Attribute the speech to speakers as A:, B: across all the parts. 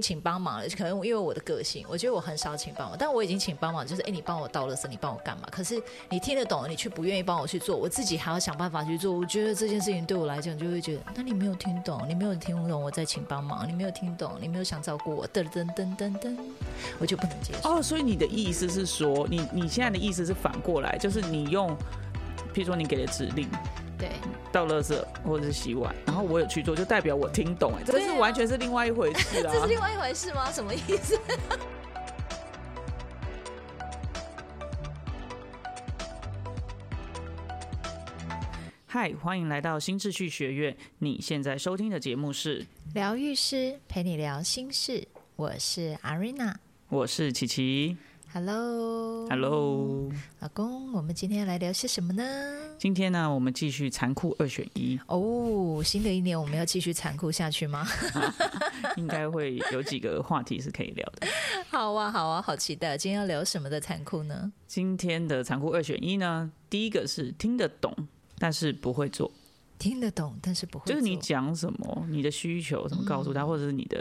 A: 请帮忙了，可能因为我的个性，我觉得我很少请帮忙，但我已经请帮忙，就是哎、诶你帮我倒垃圾，你帮我干嘛？可是你听得懂，你却不愿意帮我去做，我自己还要想办法去做。我觉得这件事情对我来讲，就会觉得，那你没有听懂，你没有听懂我在请帮忙，你没有听懂，你没有想照顾我，噔噔噔噔噔，我就不能 接受。
B: 哦，所以你的意思是说，你你现在的意思是反过来，就是你用，譬如说你给的指令，
A: 对，
B: 倒垃圾或者是洗碗，然后我有去做，就代表我听懂哎、这
A: 对啊
B: 是完全是另外一回事 啊
A: 这。是另外一回事吗？什么意思？
B: 嗨，欢迎来到新秩序学院，你现在收听的节目是，
A: 疗愈师陪你聊心事，我是 Arena。
B: 我是琪琪
A: Hello，
B: ，Hello，
A: 老公，我们今天来聊些什么呢？
B: 今天呢，我们继续残酷二选一，
A: 哦，新的一年我们要继续残酷下去吗？
B: 应该会有几个话题是可以聊的。
A: 好啊，好啊，好期待！今天要聊什么的残酷呢？
B: 今天的残酷二选一呢，第一个是听得懂，但是不会做，
A: 听得懂，但是不会做，嗯
B: 就是你讲什么，你的需求怎么告诉他，或者是你的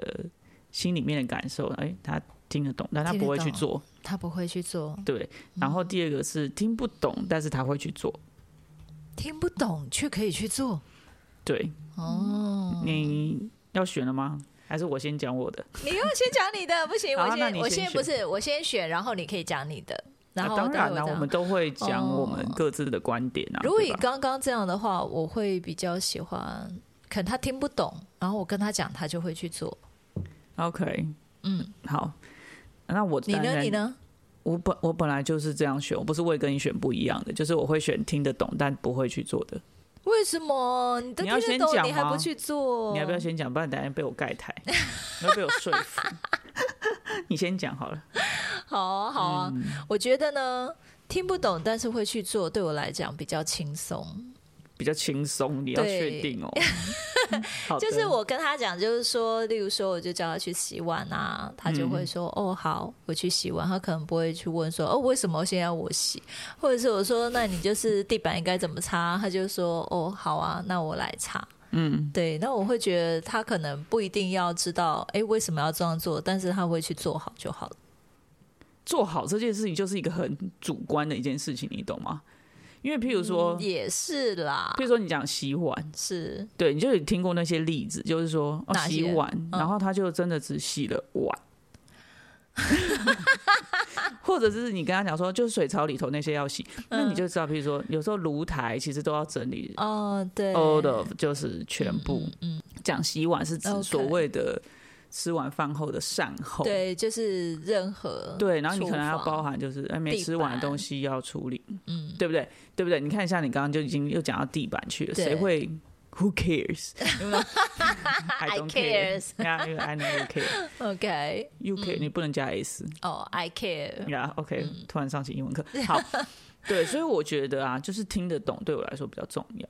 B: 心里面的感受，哎、他听得懂，但他
A: 听得
B: 不会去
A: 懂嗯
B: 做，
A: 他不会去做，
B: 对。然后第二个是听不懂，但是他会去做，
A: 听不懂却可以去做。
B: 对。
A: 哦，
B: 你要选了吗？还是我先讲我的？
A: 你又先讲你的，不行，
B: 好啊
A: 我
B: 那
A: 先，
B: 你
A: 我
B: 先
A: 先不是，我先选，然后你可以讲你的，然后、
B: 啊、当然啦、
A: 我
B: 我们都会讲我们
A: 哦
B: 各自的观点啊。
A: 如果
B: 对
A: 以
B: 吧
A: 刚刚这样的话，我会比较喜欢，可能他听不懂，然后我跟他讲，他就会去做。
B: OK，
A: 嗯，
B: 好，那我
A: 你
B: 当
A: 呢？
B: 然
A: 你呢？
B: 我本我本来就是这样选，我不是会跟你选不一样的，就是我会选听得懂但不会去做的。
A: 为什么你都听
B: 你要
A: 得
B: 先
A: 懂，
B: 讲
A: 你还
B: 吗
A: 不去做？
B: 你要不要先讲？不然等下被我盖 台，你要被我说服。你先讲好了。
A: 好啊，好啊，
B: 嗯
A: 我觉得呢，听不懂但是会去做，对我来讲比较轻松。
B: 比较轻松，你要
A: 对
B: 确定哦。好的
A: 就是我跟他讲，就是说，例如说，我就叫他去洗碗啊，他就
B: 嗯
A: 会说：“哦，好，我去洗碗。”他可能不会去问说：“哦，为什么现在要我洗？”或者是我说：“那你就是地板应该怎么擦？”他就说：“哦，好啊，那我来擦。”
B: 嗯，
A: 对，那我会觉得他可能不一定要知道，哎，为什么要这样做，但是他会去做好就好了。
B: 做好这件事情就是一个很主观的一件事情，你懂吗？因为譬如说，
A: 嗯也是啦
B: 譬，如说你讲洗碗，
A: 是
B: 对，你就有听过那些例子，就是说哦
A: 哪些嗯
B: 洗碗，然后他就真的只洗了碗。 或者是你跟他讲说，就是水槽里头那些要洗，那
A: 嗯
B: 你就知道，譬如说，有时候炉台其实都要整理
A: 哦，对
B: all of，就是全部。嗯，讲洗碗是指
A: OK
B: 所谓的吃完饭后的善后。
A: 对，就是任何
B: 对，然后你可能还要
A: 厨
B: 包
A: 房
B: 含就是哎没
A: 地
B: 吃完的东
A: 板
B: 西要处理，
A: 嗯，
B: 对不对？对不对？你看一下，你刚刚就已经又讲到地板去了，谁
A: 对
B: 会？Who cares? You know? I
A: I
B: don't care. Yeah, I know you care.
A: OK，
B: You care，你不能加 s。
A: 哦、i care，
B: Yeah, OK，突
A: 嗯
B: 然上起英 文课，好。对，所以我觉得啊，就是听得懂对我来说比较重要。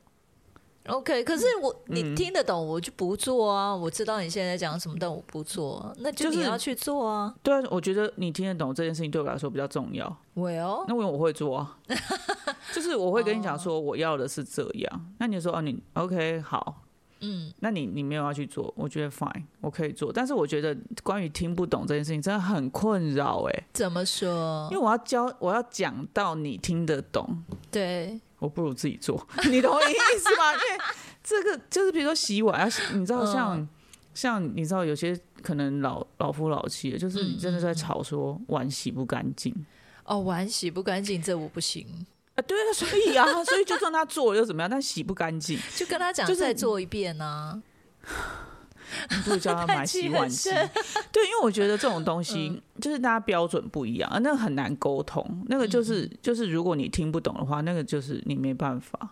A: OK，可是我、
B: 嗯
A: 你听得懂，我就不做啊。我知道你现在在讲什么，但我不做啊，那就
B: 就是
A: 你要去做啊。
B: 对啊，我觉得你听得懂这件事情对我来说比较重要。
A: Well，
B: 那因为我会做、啊，就是我会跟你讲说我要的是这样。那你说哦，你 OK 好，
A: 嗯，
B: 那你你没有要去做，我觉得 fine，我可以做。但是我觉得关于听不懂这件事情真的很困扰哎、
A: 怎么说
B: 因为？我要教我要讲到你听得懂，
A: 对，
B: 我不如自己做， 你懂我意思吗？因为这个就是比如说洗碗，要洗你知道
A: 嗯
B: 像、像你知道有些可能老老夫老妻的，就是你真的在吵说碗洗不干净。
A: 哦，碗洗不干净，这我不行，
B: 啊，对啊，所以啊，所以就算他做了又怎么样？但洗不干净，
A: 就跟他讲
B: 就是
A: 再做一遍啊。
B: 你不如叫他买
A: 叹气
B: 洗
A: 很
B: 碗机
A: 深。
B: 对，因为我觉得这种东西就是大家标准不一样，啊那个很难沟通。那个就是就是，如果你听不懂的话，那个就是你没办法。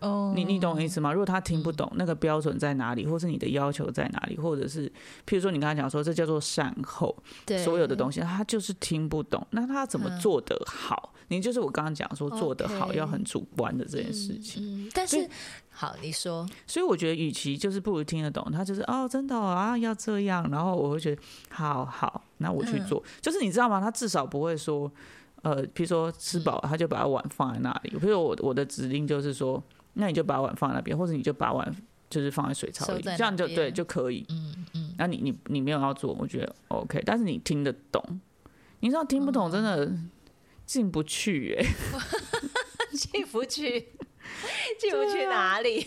A: 哦，
B: 你你懂我意思吗？如果他听不懂那个标准在哪里，或是你的要求在哪里，或者是譬如说你跟他讲说这叫做善后，
A: 对
B: 所有的东西他就是听不懂，那他怎么
A: 嗯
B: 做得好？你就是我刚刚讲说做得好
A: OK
B: 要很主观的这件事情。
A: 嗯，但
B: 所以
A: 是好，你说
B: 所以我觉得，与其就是不如听得懂，他就是哦，真的哦啊，要这样，然后我会觉得好好，那我
A: 嗯
B: 去做，就是你知道吗？他至少不会说，呃，譬如说吃饱了，他就把碗放在那里。譬如我我的指令就是说，那你就把碗放在那边，或者你就把碗就是放在水槽
A: 收
B: 里，
A: 在
B: 这样
A: 那
B: 就
A: 边
B: 对就可以。嗯嗯。 那你你你没有要做，我觉得 OK，但是你听得懂，你知道听不
A: 哦
B: 懂真的进不去耶、
A: 进不 去，进不
B: 啊
A: 去哪里？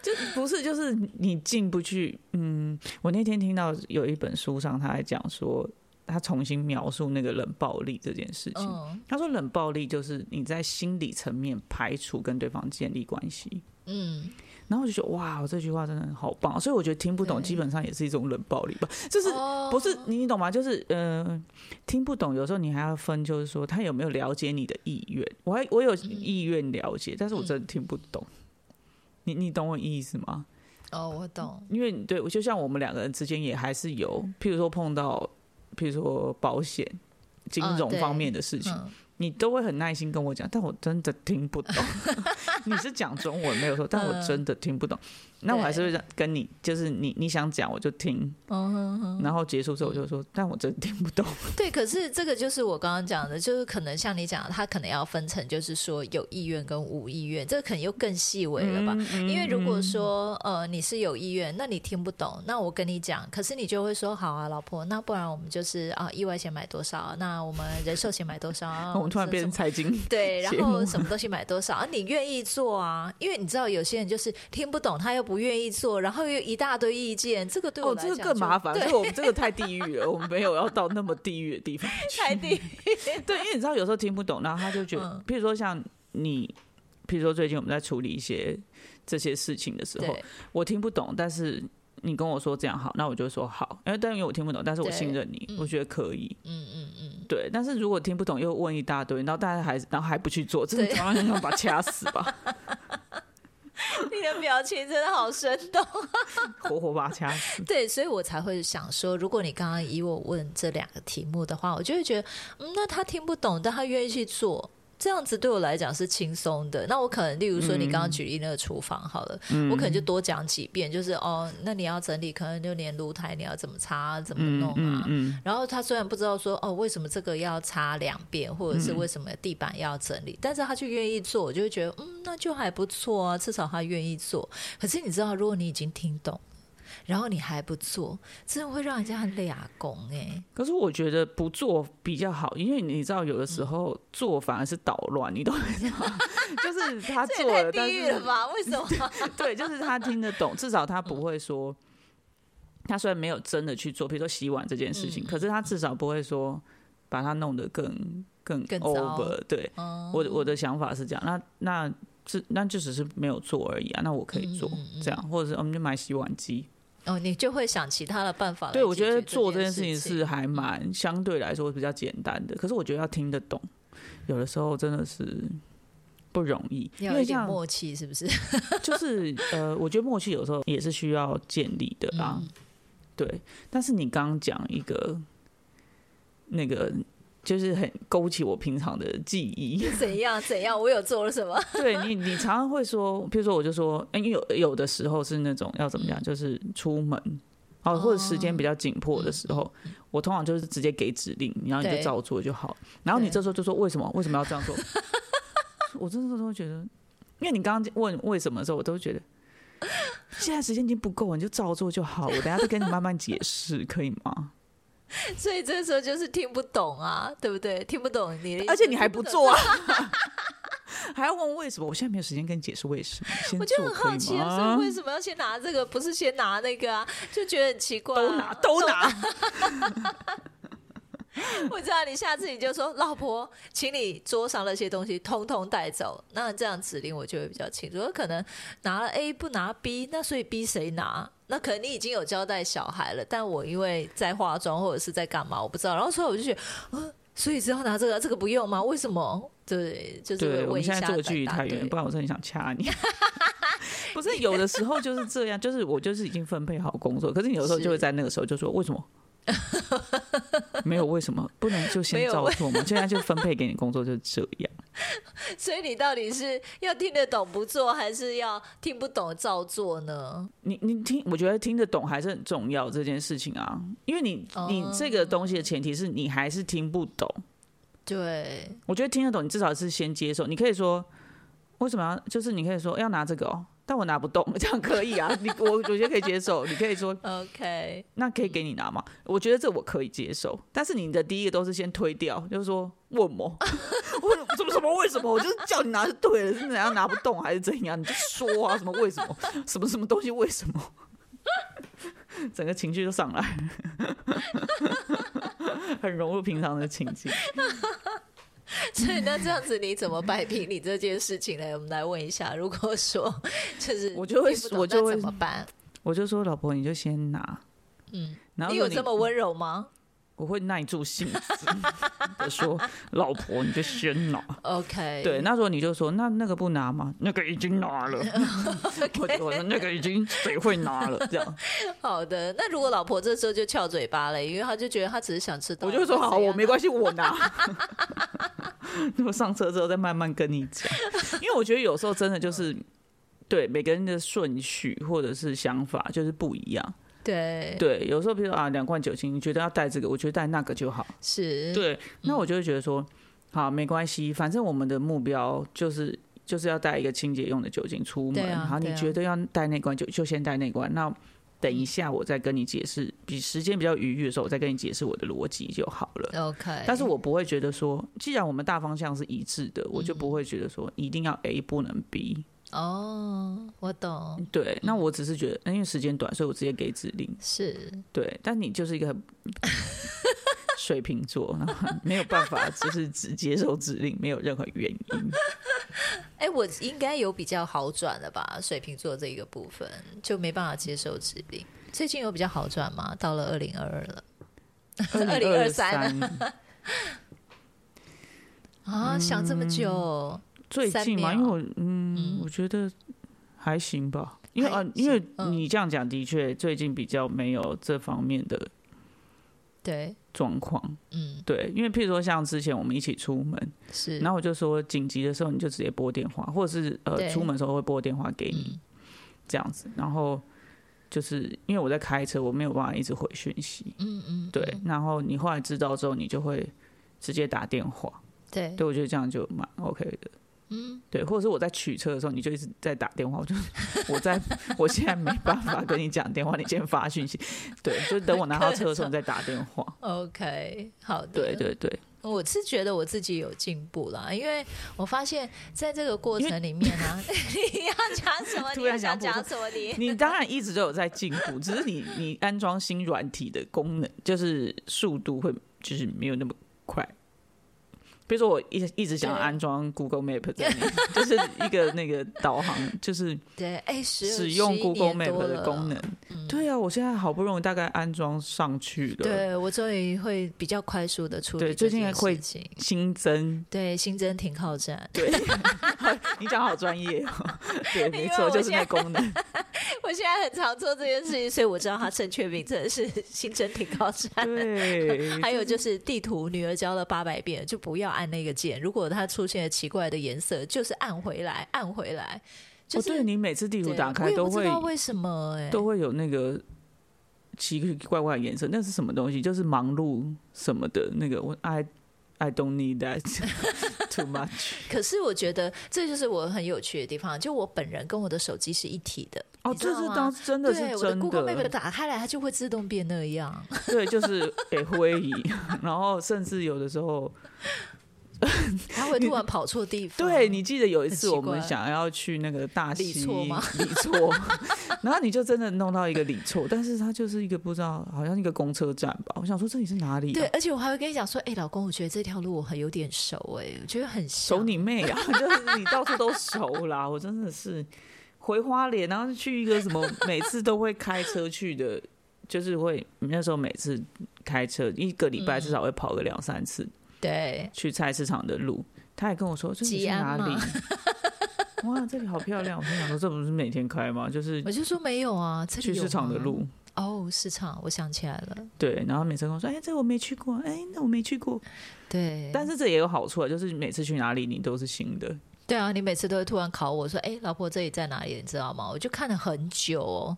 B: 就不是就是你进不去。嗯，我那天听到有一本书上他还讲说，他重新描述那个冷暴力这件事情。
A: 嗯
B: 他说冷暴力就是你在心理层面排除跟对方建立关系。
A: 嗯，
B: 然后我就觉得哇，这句话真的很好棒，所以我觉得听不懂
A: 对
B: 基本上也是一种冷暴力吧，就是
A: 哦
B: 不是你你懂吗？就是呃，听不懂有时候你还要分，就是说他有没有了解你的意愿，我还我有
A: 嗯
B: 意愿了解，但是我真的听不懂，你你懂我意思吗？
A: 哦，我懂，
B: 因为你对我就像我们两个人之间也还是有，
A: 嗯
B: 譬如说碰到，譬如说保险。金
A: 嗯
B: 融
A: 对
B: 方面的事情，
A: 嗯，
B: 你都会很耐心跟我讲，但我真的听不懂。 你是讲中文没有错，但
A: 嗯
B: 我真的听不懂。那我还是会让跟你，就是你你想讲我就听，
A: 嗯
B: 然后结束之后我就说，但我真的听不懂。
A: 对。可是这个就是我刚刚讲的，就是可能像你讲的，他可能要分成，就是说有意愿跟无意愿，这个可能又更细微了吧？
B: 嗯
A: 因为如果说呃你是有意愿，那你听不懂，那我跟你讲，可是你就会说好啊，老婆，那不然我们就是啊意外险买多少，啊那我们人寿险买多少，啊
B: 嗯我们突然
A: 这
B: 变
A: 什
B: 成
A: 么
B: 财经，
A: 对，然
B: 节
A: 后
B: 目
A: 什么东西买多少啊？你愿意做啊？因为你知道有些人就是听不懂，他又不愿意做，然后又一大堆意见，这个对我
B: 哦，
A: 来
B: 这
A: 讲就、
B: 个更麻烦，所以
A: 对，
B: 我们这个太地狱了，我们没有要到那么地狱的地方去。
A: 太低。
B: 对，因为你知道有时候听不懂，然后他就觉
A: 嗯
B: 得，譬如说像你，譬如说最近我们在处理一些这些事情的时候，
A: 对，
B: 我听不懂，但是你跟我说这样好，那我就说好，因为但因为我听不懂，但是我
A: 对
B: 信任你，我觉得可以，
A: 嗯嗯嗯，
B: 对。但是如果听不懂又问一大堆，然后大家还然后还不去做，这
A: 对
B: 种当然想把他掐死吧，
A: 你的表情真的好生动。
B: 活活把他掐死。
A: 对，所以我才会想说，如果你刚刚以我问这两个题目的话，我就会觉得，嗯，那他听不懂，但他愿意去做。这样子对我来讲是轻松的。那我可能，例如说你刚刚
B: 嗯
A: 举例那个厨房好了，我可能就多讲几遍，就是哦，那你要整理，可能就连炉台你要怎么擦啊、怎么弄啊，
B: 嗯嗯，
A: 然后他虽然不知道说哦为什么这个要擦两遍，或者是为什么地板要整理，但是他就愿意做，我就会觉得嗯那就还不错啊，至少他愿意做。可是你知道，如果你已经听懂，然后你还不做，真的会让人家很俩拱哎、
B: 可是我觉得不做比较好，因为你知道有的
A: 嗯
B: 时候做反而是捣乱，你懂吗？ 就是他
A: 这
B: 做
A: 也太
B: 了，
A: 地
B: 但
A: 狱了
B: 是
A: 吧？为什么？
B: 对，就是他听得懂，至少他不会
A: 嗯
B: 说，他虽然没有真的去做，比如说洗碗这件事情，
A: 嗯
B: 可是他至少不会说把它弄得更更
A: 更糟
B: over 对，
A: 嗯
B: 我的我的想法是这样，那那这那就只是没有做而已啊，那我可以做、
A: 嗯嗯嗯
B: 这样，或者是我哦们就买洗碗机。
A: 哦，你就会想其他的办法来
B: 对，我
A: 解
B: 觉
A: 决
B: 得做
A: 这
B: 这件事情
A: 情嗯
B: 是还蛮相对来说比较简单的，可是我觉得要听得懂，有的时候真的是不容易，因
A: 要有
B: 为
A: 一点
B: 像
A: 默契，是不是？
B: 就是呃，我觉得默契有时候也是需要建立的啦。对，但是你刚刚讲一个那个，就是很勾起我平常的记忆。
A: 怎样怎样？我有做了什么？
B: 对你，你常常会说，譬如说，我就说，因为有有的时候是那种要怎么讲，就是出门。哦，或者时间比较紧迫的时候，我通常就是直接给指令，然后你就
A: 哦对
B: 照做就好。然后你
A: 对
B: 这时候就说为什么为什么要 这样做？我真的都会觉得，因为你刚刚问为什么的时候，我都觉得现在时间已经不够，你就照做就好。我等一下再跟你慢慢解释，可以吗？
A: 所以这个时候就是听不懂啊，对不对？听不懂你的意思，
B: 而且你还不
A: 听懂
B: 做啊，还要问为什么？我现在没有时间跟你解释为什么，先
A: 我
B: 做
A: 就很
B: 可
A: 好
B: 以
A: 奇啊，
B: 吗
A: 是？为什么要先拿这个，不是先拿那个啊？就觉得很奇怪、啊。
B: 都拿都拿，
A: 我知道你下次你就说，老婆，请你桌上那些东西通通带走。那这样指令我就会比较清楚。可能拿了 A 不拿 B，那所以 B 谁拿？那可能你已经有交代小孩了，但我因为在化妆或者是在干嘛，我不知道。然后所以我就觉得，呃所以只要拿这个，这个不用吗？为什么？对，就是
B: 对，我
A: 问
B: 们
A: 一
B: 现
A: 下
B: 在
A: 再
B: 这个距离
A: 答
B: 太
A: 对
B: 远，不然我真的很想掐 你。不是有的时候就是这样，就是我就是已经分配好工作，可是你有时候
A: 是
B: 就会在那个时候就说为什么？没有为什么，不能就
A: 没
B: 先
A: 有
B: 照
A: 为
B: 做嘛？现在就分配给你工作就是这样。
A: 所以你到底是要听得懂不做，还是要听不懂照做呢？
B: 你你听，我觉得听得懂还是很重要这件事情啊，因为你你
A: 哦
B: 这个东西的前提是你还是听不懂。
A: 对，
B: 我觉得听得懂，你至少是先接受。你可以说为什么要，就是你可以说要拿这个哦，但但我拿不动，这样可以啊？你我我觉得可以接受，你可以说
A: OK，
B: 那可以给你拿吗？我觉得这我可以接受，但是你的第一个都是先推掉，就是说问我，我什么什么为什么？我就是叫你拿就对了，是怎样拿不动还是怎样？你就说啊，什么为什么，什么什么东西为什么， 整个情绪就上来 了，很融入平常的情境。
A: 所以那这样子你怎么摆平你这件事情呢？我们来问一下，如果说就是
B: 我就会
A: 听不懂
B: 我就
A: 那
B: 会
A: 怎么办？
B: 我就说老婆，你就先拿，
A: 嗯，
B: 然后
A: 你
B: 如
A: 有
B: 果
A: 这么温柔吗
B: 我会耐住性子的说，老婆你就 先拿。
A: ？OK，
B: 对，，那时候你就说，那那个不拿吗？那个已经 拿了，我我说那个已经谁会拿了？这 样，
A: 好的。那如果老婆这时候就翘嘴巴了，因为她就觉得她只是想吃到，
B: 我就说好，
A: 谁
B: 我
A: 要
B: 没关系，我拿。 我上车之后再慢慢跟你 讲，因为我觉得有时候真的就是，对每个人的顺序或者是想法就是不一样。
A: 对
B: 对，有时候比如说啊，两罐酒精，你觉得要带这个，我觉得带那个就好。
A: 是，
B: 对，那我就会觉得说，好，没关系，反正我们的目标就是就是要带一个清洁用的酒精出
A: 对
B: 门。
A: 啊
B: 好，
A: 对
B: 你
A: 啊嗯
B: 觉得要带那罐就就先带那罐，那等一下我再跟你解释，比时间比较愉悦的时候，我再跟你解释我的逻辑就好了。
A: OK，
B: 但是我不会觉得说，既然我们大方向是一致的，
A: 嗯
B: 我就不会觉得说一定要 A 不能 B。
A: 哦，我懂，
B: 对，那我只是觉得，因为时间短，所以我直接给指令。
A: 是
B: 对，但你就是一个很水瓶座，然后没有办法，就是只接受指令，没有任何 原因。
A: 哎、我应该有比较好转了吧？水瓶座这一个部分就没办法接受指令。最近有比较好转吗？到了二零二二了2023
B: 2023
A: 啊，想
B: 嗯
A: 这么久，
B: 最近嘛，
A: 三
B: 因为
A: 秒
B: 我嗯，我觉得还行吧，因为
A: 还
B: 啊，因为
A: 嗯
B: 你这样讲的确最近比较没有这方面的
A: 对，
B: 状况。
A: 嗯，
B: 对，因为譬如说像之前我们一起出门，
A: 是，
B: 然后我就说紧急的时候你就直接拨电话，或者是呃
A: 对
B: 出门的时候会拨电话给你
A: 嗯
B: 这样子，然后。就是因为我在开车，我没有办法一直回讯息，
A: 嗯嗯，
B: 对，然后你后来知道之后，你就会直接打电话。
A: 对，
B: 对，我觉得这样就蛮 OK 的。嗯，对，或者是我在取车的时候，你就一直在打电话，我就我 在我现在没办法跟你讲电话，你先发讯息。对，就等我拿到车的时候你再打电话。
A: OK，好的，
B: 对对对，
A: 我是觉得我自己有进步啦，因为我发现在这个过
B: 因为
A: 程里面呢、啊， 你要讲什么，
B: 突
A: 你
B: 然
A: 要想
B: 想补
A: 讲什么，你
B: 你当然一直都有在进步，只是你你安装新软体的功能，就是速度会就是没有那么快。比如说，我一一直想要
A: 对
B: 安装 Google Map 在里面，就是一个那个导航，就是
A: 对，哎，使
B: 使用 Google Map 的功。
A: 11年多了嗯
B: 能。对啊，我现在好不容易大概安装上去了，
A: 对，我终于会比较快速的处理
B: 对
A: 这
B: 最近
A: 件
B: 会
A: 事情
B: 新增。
A: 对，新增停靠站，
B: 对，你讲好专业 哦。对，没
A: 因为
B: 错，
A: 我
B: 就是
A: 现
B: 那
A: 在
B: 功能。
A: 我现在很常做这件事情，所以我知道它正确名称是新增停靠站。
B: 对，
A: 还有就是地图，女儿教了八百遍，就不要按那个键。如果它出现了奇怪的颜色，就是按回来，按回来。 就
B: 哦，
A: 是、
B: 对你每次地图
A: 对
B: 打
A: 我
B: 开
A: 也
B: 都
A: 不知
B: 会
A: 道为什么哎、
B: 都会有那个奇奇怪怪的颜色，那是什么东西？就是忙碌什么的那个。我 I I don't need that too much。
A: 可是我觉得这就是我很有趣的地方，就我本人跟我的手机是一体的，
B: 哦，
A: 你知
B: 这
A: 道
B: 是
A: 吗
B: 当真的是
A: 对，我的
B: 真
A: Google Map
B: 的，
A: 打开来，它就会自动变那样。
B: 对，就是诶灰移， 然后甚至有的 时候，
A: 他会突然跑错地方。
B: 对你记得有一次
A: 很奇
B: 我们
A: 怪
B: 想要去那个大溪
A: 理错吗
B: 理 错， 然后你就真的弄到一个理错，但是它就是一个不知道，好像一个公车站吧。我想说这里是哪里、啊？
A: 对，而且我还会跟你讲说，哎、老公，我觉得这条路我很有点熟、哎，我觉得很像
B: 熟。你妹啊！ 就是你到处都熟啦，我真的是回花莲，然后去一个什么每次都会开车去的，就是会那时候每次开车一个礼拜至
A: 嗯
B: 少会跑个两三次、
A: 对，
B: 去菜市场的路，他也跟我说这里是
A: 吉
B: 哪
A: 安
B: 里？ 哇，这里好漂亮！我心想说这不是每天开吗？就是
A: 我就说没有啊，这里
B: 去
A: 有
B: 市场的
A: 吗
B: 路。
A: 哦，市场，我想起来了，
B: 对，然后每次跟我说，哎、这我没去过，哎、那我没去过。
A: 对，
B: 但是这也有好处啊，就是每次去哪里你都是新的，
A: 对啊，你每次都会突然考我说，哎、老婆，这里在哪里？你知道吗？我就看了很久哦，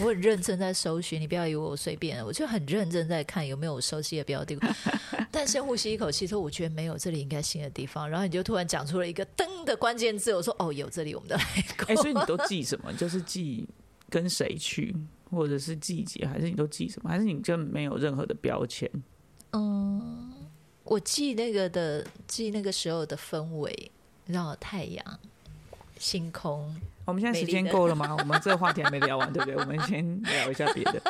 A: 我很认真在搜寻，你不要以为我随便，我就很认真在看有没有我熟悉的标 的。但深呼吸一口气说，我觉得没有，这里应该新的地方。然后你就突然讲出了一个，噔，的关键字，我说哦，有这里我们的来过。
B: 哎、所以你都记什么？就是记跟谁去，或者是季节，还是你都记什么？还是你就没有任何的标签？
A: 嗯，我记那个的，记那个时候的氛围，你知道太阳、星空，
B: 我们现在时间
A: 美丽的
B: 够了吗？我们这个话题还没聊完，对不对？我们先聊一下别的。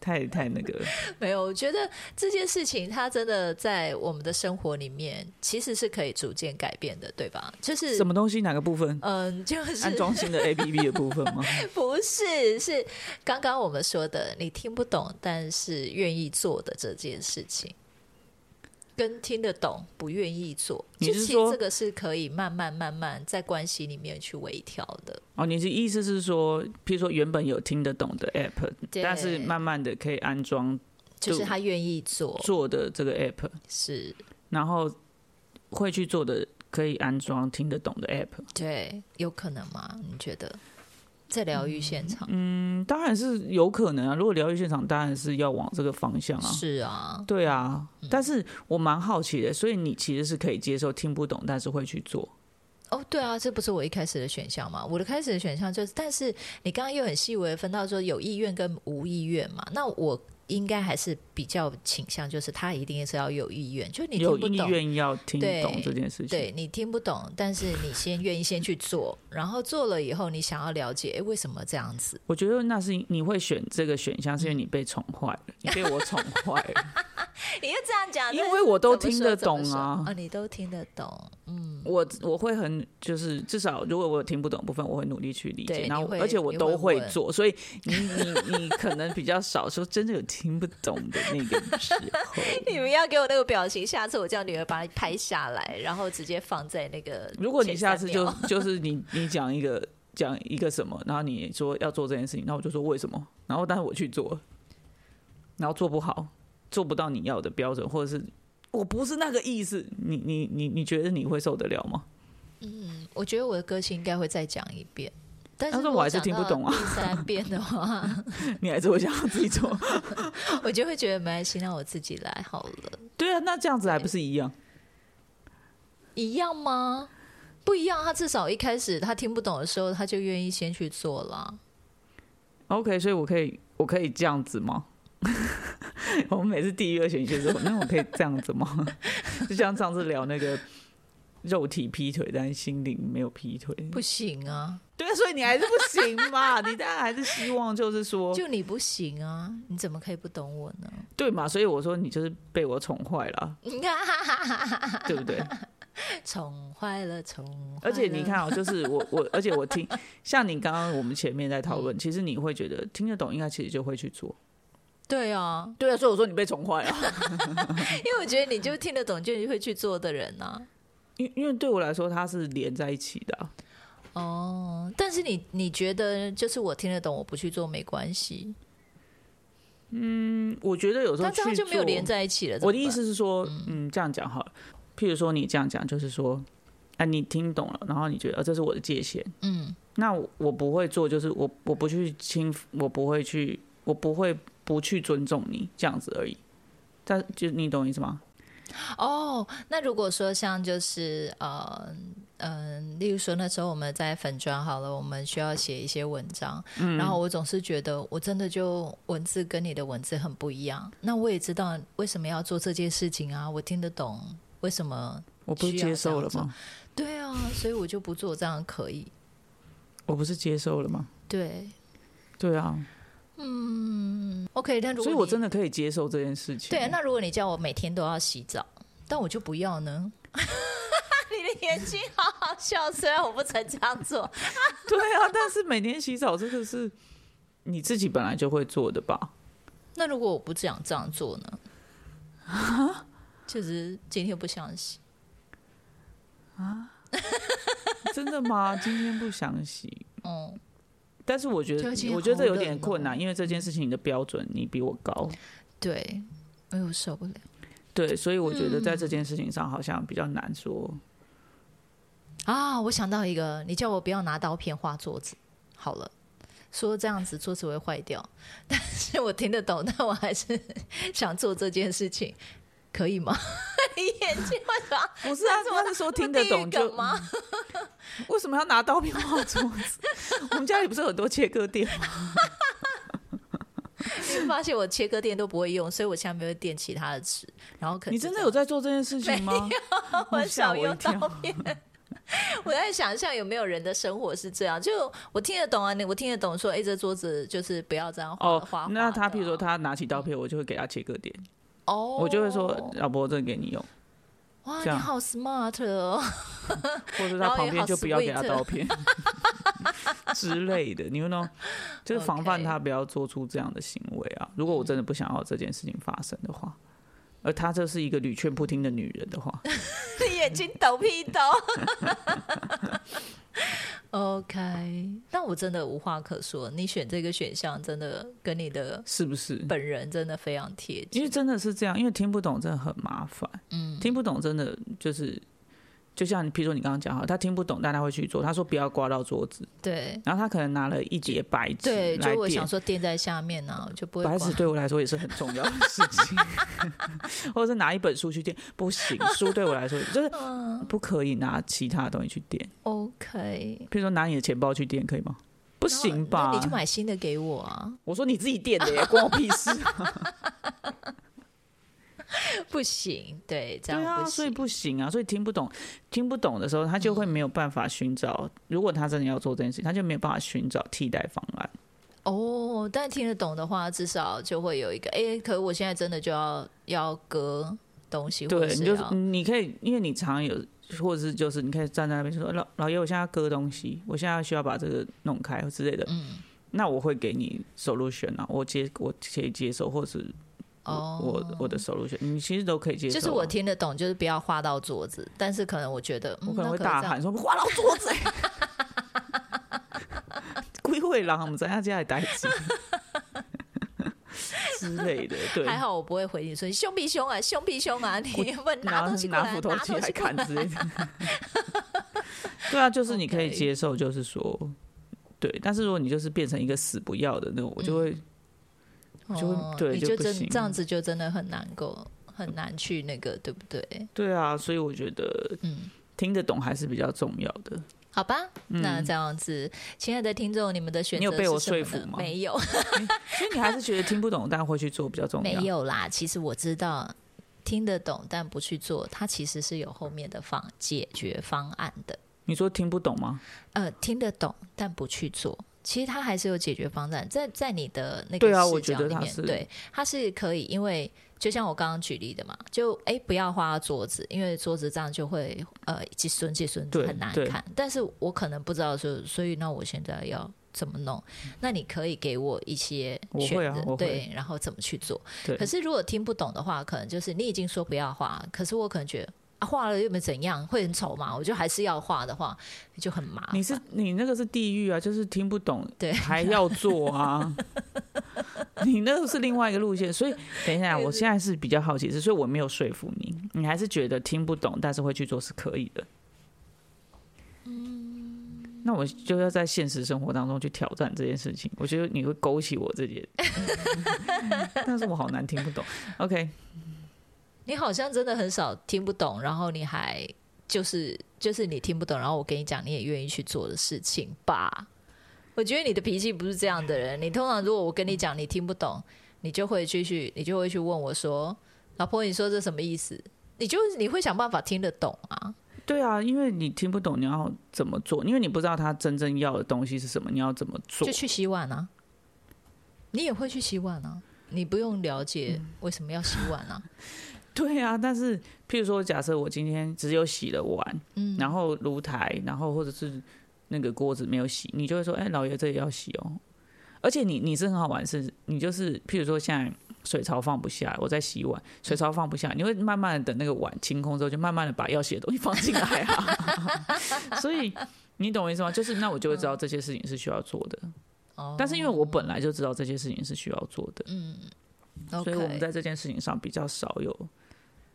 B: 太太那个了，
A: 没有，我觉得这件事情它真的在我们的生活里面其实是可以逐渐改变的，对吧？就是
B: 什么东西？哪个部分？
A: 嗯，就是
B: 安装新的 A P P 的部分吗？
A: 不是，是刚刚我们说的，你听不懂，但是愿意做的这件事情，跟听得懂不愿意做，
B: 你
A: 就是其
B: 说
A: 实这个是可以慢慢慢慢在关系里面去微调的。
B: 哦，你的意思是说，譬如说原本有听得懂的 App，
A: 对
B: 但是慢慢的可以安装
A: 就是他愿意做，
B: 做的这个 App，
A: 是
B: 然后会去做的可以安装听得懂的 App。
A: 对，有可能吗？你觉得在疗愈现场、
B: 嗯，当然是有可能啊。如果疗愈现场，当然是要往这个方向啊。
A: 是啊，
B: 对啊，但是我蛮好奇的，所以你其实是可以接受听不懂，但是会去做。
A: 哦，对啊，这不是我一开始的选项嘛？我的开始的选项就是，但是你刚刚又很细微地分到说有意愿跟无意愿嘛，那我应该还是比较倾向，就是他一定是要有意愿，就你
B: 有
A: 听不
B: 意
A: 懂。
B: 愿要听
A: 对
B: 懂这件事情，
A: 对你听不懂，但是你先愿意先去做，然后做了以后，你想要了解，诶，为什么这样子？
B: 我觉得那是你会选这个选项，
A: 嗯
B: 是因为你被宠坏了，你被我宠坏 了。
A: 你要这样讲，
B: 因
A: 但
B: 为
A: 是
B: 我都
A: 怎么
B: 听
A: 说
B: 得
A: 怎么
B: 懂
A: 说
B: 啊
A: 啊，你都听得懂，嗯，
B: 我我会很就是至少如果我有听不懂的部分，我会努力去理解，
A: 对
B: 然后
A: 你会
B: 而且我
A: 你
B: 都
A: 会
B: 会
A: 问
B: 做，所以你你你可能比较少说真的有听不懂的那个时 候。
A: 你们要给我那个表情，下次我叫女儿把它拍下来，然后直接放在那个。
B: 如果你下次就 就是你你讲一个讲一个什么，然后你说要做这件事情，那我就说为什么，然后但是我去做，然后做不好，做不到你要的标准，或者是我不是那个意思，你你你你觉得你会受得了吗？
A: 我觉得我的歌词应该会再讲一遍，但是
B: 但是
A: 如
B: 我
A: 果
B: 还是
A: 讲
B: 听不
A: 到
B: 懂啊
A: 第三遍的 话，
B: 你还是会想要自己做？
A: 我就会觉得没关系，那我自己来好了。
B: 对啊，那这样子还不是一样？
A: 一样吗？不一样，他至少一开始他听不懂的时候，他就愿意先去做啦。
B: OK，所以我可以，我可以这样子吗？ 我们每次第一个选就是说，那我可以这样子吗？ 就像上次聊那个肉体劈腿，但是心灵没有劈腿，
A: 不行啊，
B: 对啊，所以你还是不行 嘛，你当然还是希望就是说，
A: 就你不行啊，你怎么可以不懂我呢？
B: 对嘛？所以我说你就是被我宠坏 了，
A: 你看，
B: 对不对？
A: 宠坏了，宠坏了。
B: 而且你看哦，就是我我，而且我听，像你刚刚我们前面在讨论，其实你会觉得听得懂，应该其实就会去做。
A: 对啊，
B: 对啊，所以我说你被宠坏了。
A: 因为我觉得你就听得懂，就会去做的人啊。
B: 因因为对我来说，它是连在一起的啊、
A: 哦，但是你你觉得就是我听得懂，我不去做没关系，
B: 嗯我觉得有时候
A: 但
B: 去
A: 这样就没有
B: 做
A: 连。在一起了。
B: 我的
A: 怎么
B: 意
A: 办，
B: 思是说，嗯，这样讲好了。譬如说，你这样讲就是说，哎、你听懂了，然后你觉得、呃、这是我的界限，
A: 嗯，
B: 那我我不会做，就是我我不去侵，我不会去，我不会不去尊重你这样子而已。但就你懂我意思吗？
A: 哦，那如果说像就是呃嗯、例如说那时候我们在粉砖好了，我们需要写一些文章，
B: 嗯
A: 然后我总是觉得我真的就文字跟你的文字很不一样，那我也知道为什么要做这件事情啊，我听得懂为什么，
B: 我不是
A: 需要
B: 接受了
A: 这样
B: 吗？
A: 对啊，所以我就不做，这样可以，
B: 我不是接受了吗？
A: 对嗯
B: 对啊，
A: ，OK，但如果
B: 所以我
A: 你
B: 真的可以接受这件事情。
A: 对，那如果你叫我每天都要洗澡，但我就不要呢？ 你的眼睛好好笑，虽然我不曾这样做。
B: 对啊，但是每天洗澡这个是你自己本来就会做的吧？
A: 那如果我不想这样做呢？ 就是今天不想洗，
B: 真的吗？今天不想洗，
A: 嗯，
B: 但是我觉得
A: 对今，天
B: 我觉得
A: 好
B: 这有
A: 冷
B: 点困难，因为这件事情你的标准你比我高，
A: 对，哎呦，我受不了。
B: 对，所以我觉得在这件事情上好像比较难说。
A: 嗯啊，我想到一个，你叫我不要拿刀片画桌子，好了。说这样子桌子会坏掉， 但是我听得懂，但我还是想做这件事情，可以吗？你眼睛为什么？
B: 不是啊，
A: 这么
B: 他是说
A: 这
B: 听
A: 么
B: 得
A: 地狱
B: 懂 就
A: 梗吗？
B: 为什么要拿刀片画桌子？我 们家里不是有很多切割店 吗？
A: 你会发现我切割垫都不会用，所以我现在没有垫其他的纸。然后可能
B: 你真的有在做这件事情吗？
A: 我很
B: 吓
A: 少
B: 我一
A: 用
B: 跳
A: 刀片。我在想象有没有人的生活是这样，就我听得懂啊，你我听得懂说，哎、这桌子就是不要这样画、
B: 哦
A: 画画，
B: 那
A: 的
B: 他
A: 啊
B: 譬如说，他拿起刀片，我就会给他切割点，
A: 哦，
B: 我就会说老婆这个给你用，
A: 哇，
B: 这
A: 你
B: 样
A: 好 smart 哦，
B: 或者是
A: 然后
B: 他
A: 也
B: 旁边
A: 好
B: 就不要给他
A: sweet
B: 刀片之类的，你 o 呢，就是防范
A: OK
B: 他不要做出这样的行为啊。如果我真的不想要这件事情发生的话，而她这是一个屡劝不听的女人的话，
A: 你眼睛抖屁抖。OK，但 我真的无话可说，你选这个选项真的跟你的
B: 是不 是？
A: 本人真的非常贴
B: 因
A: 近
B: 为。真的是这样，因为听不懂真的很麻烦。嗯，听不懂真的就是，就像你，譬如说你刚刚讲哈，他听不懂，但他会去做。他说不要刮到桌子，
A: 对
B: 然后他可能拿了一叠白纸
A: 对，
B: 来
A: 就我
B: 垫
A: 想。说垫在下面呢、我就不会
B: 白
A: 刮
B: 纸对我来说也是很重要的事 情，或者是拿一本书去垫，不行，书对我来说就是
A: 嗯
B: 不可以拿其他东西去垫，
A: OK，
B: 譬如说拿你的钱包去垫，可以吗？不
A: 不
B: 行吧
A: 你？就买新的给我啊！
B: 我说你自己垫的耶，关我屁事。
A: 不行，对， 这
B: 对
A: 样
B: 啊，
A: 不
B: 所以
A: 行。
B: 不行啊，所以听不懂，听不懂的时候，他就会没有办法寻找。如果他真的要做这件事情，他就没有办法寻找替代方案。
A: 哦，但听得懂的话，至少就会有一个，哎、可我现在真的就要要割东西，或者
B: 对，你
A: 是
B: 就是
A: 要
B: 你可以，因为你常有，或者是就是你可以站在那边说，老老爷，我现在要割东西，我现在需要把这个弄开之类的。嗯，那我会给你 solution 啊，我接我可以接受，或是我、
A: 哦，
B: 我我的 solution，你其实都可以接受啊。
A: 就是我听得懂，就是不要画到桌子，但是可能我觉得，嗯、
B: 我可能会
A: 那
B: 大
A: 这样
B: 喊说：“花老桌子、 欸！”鬼会狼，我们在他家里待机 之类的，对。
A: 还好我不会回你说你凶必凶啊，凶必凶啊！你问拿
B: 拿
A: 东西过
B: 拿
A: 来，
B: 斧
A: 拿
B: 头
A: 东
B: 起
A: 西
B: 来
A: 过
B: 砍之类的。对啊，就是你可以
A: OK
B: 接受，就是说，对。但是如果你就是变成一个死不要的那种，我就会
A: 嗯来
B: 就会
A: 哦
B: 对
A: 你就
B: 就不行
A: 真这样子就真的很难够很难去那个，对不对？
B: 对啊。所以我觉得，
A: 嗯
B: 听得懂还是比较重要的。
A: 好吧，那这样子，亲爱的听众，你们的选择
B: 嗯你有被我
A: 是什么
B: 说服
A: 呢
B: 吗
A: 没有，
B: 所以你还是觉得听不懂，但会去做比 较重
A: 没
B: 要。
A: 有啦。其实我知道听得懂，但不去做，它其实是有后面的方解决方案的。
B: 你说听不懂吗？
A: 呃，听得懂但不去做，其实它还是有解决方案，在在你的那个
B: 对啊
A: 视
B: 我觉
A: 角
B: 得
A: 里
B: 它
A: 面
B: 是
A: 对，它是可以，因为就像我刚刚举例的嘛，就哎、不要画桌子，因为桌子这样就会呃几孙几孙
B: 对
A: 很难
B: 对
A: 看，但是我可能不知道说，所以那我现在要。怎么弄？那你可以给我一些
B: 嗯我
A: 选
B: 会啊
A: 择，
B: 我会
A: 对，然后怎么去做？
B: 对
A: 可是如果听不懂的话，可能就是你已经说不要画，可是我可能觉得啊，画了又没怎样，会很丑嘛，我就还是要画的话，就很麻烦。
B: 你是你那个是地狱啊，就是听不懂，
A: 对
B: 还要做啊。 你那个是另外一个路线，所以等一下，我现在是比较好奇是，所以我没有说服你，你还是觉得听不懂，但是会去做是可以的。
A: 嗯
B: 那我就要在现实生活当中去挑战这件事情。我觉得你会勾起我 自己的，但是我好难听不懂。OK，
A: 你好像真的很少听不懂，然后你还就是就是你听不懂，然后我跟你讲，你也愿意去做的事情吧。我觉得你的脾气不是这样的人。你通常如果我跟你讲你听不懂，你就会继续，你就会去问我说：“老婆，你说这什么意思？”你就你会想办法听得懂啊。
B: 对啊，因为你听不懂你要怎么做，因为你不知道他真正要的东西是什么，你要怎么做
A: 就。去洗碗啊，你也会去洗碗啊，你不用了解为什么要洗碗啊。
B: 对啊，但是譬如说，假设我今天只有洗了碗，
A: 嗯
B: 然后炉台，然后或者是那个锅子没有洗，你就会说，哎、老爷这也要洗哦。而且你你是很好玩，是你就是譬如说现在水槽放不下，我在洗碗，水槽放不下，你会慢慢的等那个碗清空之后，就慢慢的把要洗的东西放进来啊。 所以你懂我意思吗？就是那我就会知道这些事情是需要做的，
A: 哦
B: 但是因为我本来就知道这些事情是需要做的，所以我们
A: OK
B: 在这件事情上比较少有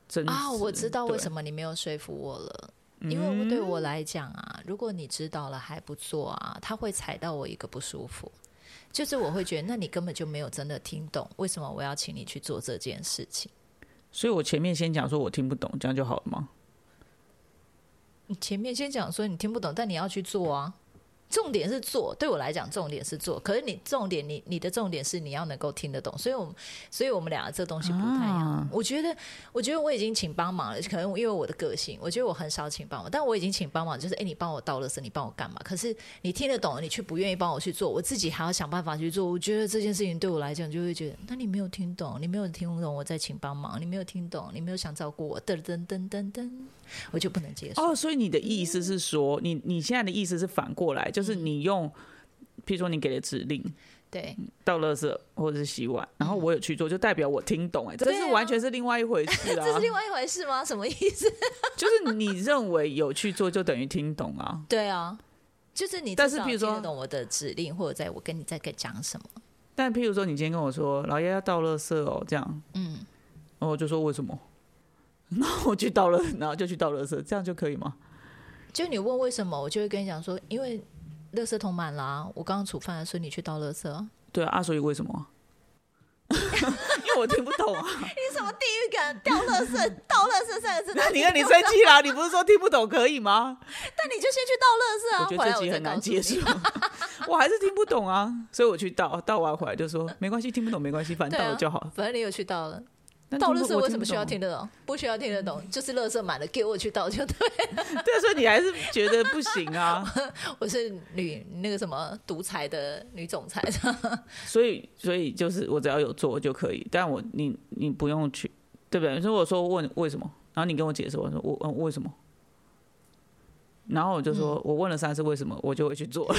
B: 争
A: 啊，我
B: 执
A: 知道为
B: 对
A: 什么你没有说服我了。因为我对我来讲啊，如果你知道了还不做啊，他会踩到我一个不舒服，就是我会觉得，那你根本就没有真的听懂为什么我要请你去做这件事情。
B: 所以我前面先讲说我听不懂，这样就好了吗？
A: 你前面先讲说你听不懂，但你要去做啊。重点是做，对我来讲重点是做。可是你重点，你你的重点是你要能够听得懂，所以我们，所以我们俩这东西不太一样。
B: 啊
A: 我觉得，我觉得我已经请帮忙了，可能因为我的个性，我觉得我很少请帮忙，但我已经请帮忙，就是哎、诶你帮我倒垃圾，你帮我干嘛？可是你听得懂，你却不愿意帮我去做，我自己还要想办法去做。我觉得这件事情对我来讲，就会觉得，那你没有听懂，你没有听懂我在请帮忙，你没有听懂，你没有想照顾我，噔噔噔噔噔，我就不能接受。
B: 哦，所以你的意
A: 嗯
B: 思是说，你你现在的意思是反过来，就是你用，譬如说你给的指令，
A: 对，
B: 倒垃圾或者是洗碗，然后我有去做，就代表我听懂哎、
A: 嗯
B: 这
A: 对啊
B: 是完全是另外一回事 啊
A: 这是。另外一回事吗？什么意思？
B: 就是你认为有去做，就等于听懂啊。
A: 对啊，就是你至
B: 但是
A: 少
B: 譬如
A: 听得
B: 说
A: 懂我的指令，或者在我跟你在跟讲什么，
B: 但譬如说，你今天跟我说老爷要倒垃圾哦，这样，
A: 嗯，
B: 然后我就说为什么？ 那我去倒了，然后就去倒垃圾，这样就可以吗？
A: 就你问为什么，我就会跟你讲说，因为垃圾桶满啦、啊我刚刚煮饭了，所以你去倒垃圾啊。
B: 对啊，啊所以为什么 啊？因为我听不懂啊。
A: 你什么地狱感？掉垃圾、倒垃圾三个字，那
B: 你看你生气啦，你不是说听不懂可以吗？
A: 但你就先去倒垃圾
B: 我
A: 啊。回
B: 觉得
A: 来
B: 这集
A: 再
B: 很难
A: 告诉
B: 接
A: 你
B: 受， 我还是听不懂啊，所以我去倒，倒完回来就说没关系，听不懂没关系，反正
A: 对啊
B: 倒了就好了。
A: 反正你有去倒了，
B: 但
A: 倒
B: 听
A: 垃
B: 不
A: 圾为什么需要
B: 我
A: 听
B: 不
A: 得懂？不需要听得懂，就是垃圾满了，给我去倒就对。
B: 懂？对，所以你还是觉得不行啊。
A: 我是女那个什么独裁的女总裁，
B: 所以，所以就是我只要有做就可以，但我你你不用去，对不对？所以我说问为什么，然后你跟我解释，我说我嗯为什么，然后我就说、我问了三次 为什么，我就会去做了，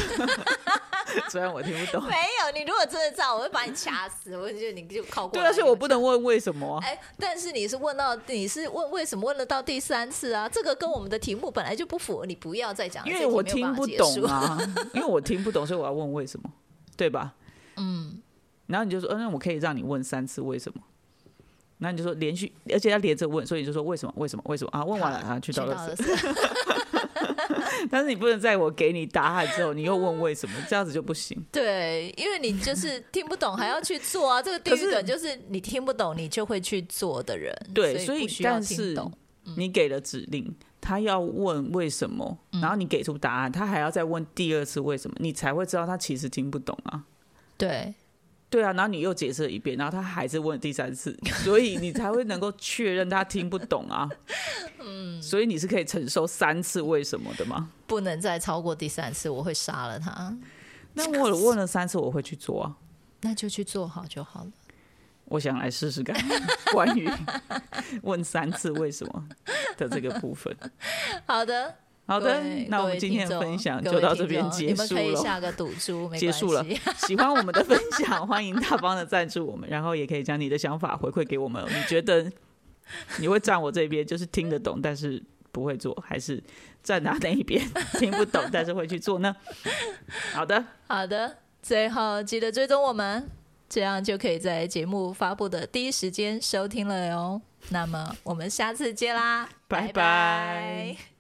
B: 虽然我听不懂。
A: 没有，你如果真的这样，我会把你掐死。我就觉得你就靠过
B: 对
A: 来。
B: 啊，所以我不能问为什么啊、
A: 哎、但是你是问到你是问为什么问了到第三次啊？这个跟我们的题目本来就不符合，你不要再讲了，
B: 因
A: 这
B: 为
A: 题
B: 我
A: 没有
B: 听
A: 办法
B: 不
A: 结
B: 懂
A: 束。
B: 啊， 因为我听不懂，所以我要问为什么，对吧？
A: 嗯，
B: 然后你就说，嗯、那我可以让你问三次为什么。然后你就说连续，而且要连着问，所以你就说为什么为什么为什么啊？问完了啊，去
A: 学
B: 找
A: 到
B: 老师
A: 了。是
B: 但是你不能在我给你答案之后，你又问为什么，这样子就不
A: 嗯
B: 行。
A: 对，因为你就是听不懂还要去做啊，这个地
B: 可是
A: 狱梗就是你听不懂你就会去做的人，
B: 对，
A: 所
B: 所
A: 不
B: 以
A: 需要
B: 但
A: 听
B: 是
A: 懂。嗯
B: 你给了指令，他要问为什么，
A: 嗯
B: 然后你给出答案，他还要再问第二次为什么，你才会知道他其实听不懂啊。
A: 对，
B: 对啊，然后你又解释了一遍，然后他还是问第三次， 所以你才会能够确认他听不懂啊。嗯，所以你是可以承受三次为什么的吗？
A: 不能再超过第三次，我会杀了他。
B: 那我有问了三次，我会去做啊。
A: 那就去做好就 好了。
B: 我想来试 试看关于问三次为什么的这个部分。
A: 好的，
B: 好
A: 各
B: 的
A: 位，
B: 那我
A: 各
B: 们
A: 位
B: 今天
A: 听
B: 的
A: 众
B: 分享
A: 各
B: 就
A: 位
B: 到这
A: 听
B: 边
A: 众
B: 结束
A: 你们可
B: 了
A: 以。下个赌注，没
B: 结
A: 关
B: 束了
A: 系
B: 喜欢我们的分享，欢迎大方的赞助我们，然后也可以将你的想法回馈给我们。你觉得你会站我这边，就是听得懂，但是不会做，还是站他那一边听不懂，但是会去做呢？好的，
A: 好的，最后记得追踪我们，这样就可以在节目发布的第一时间收听了哟。那么我们下次见啦，
B: 拜拜
A: 拜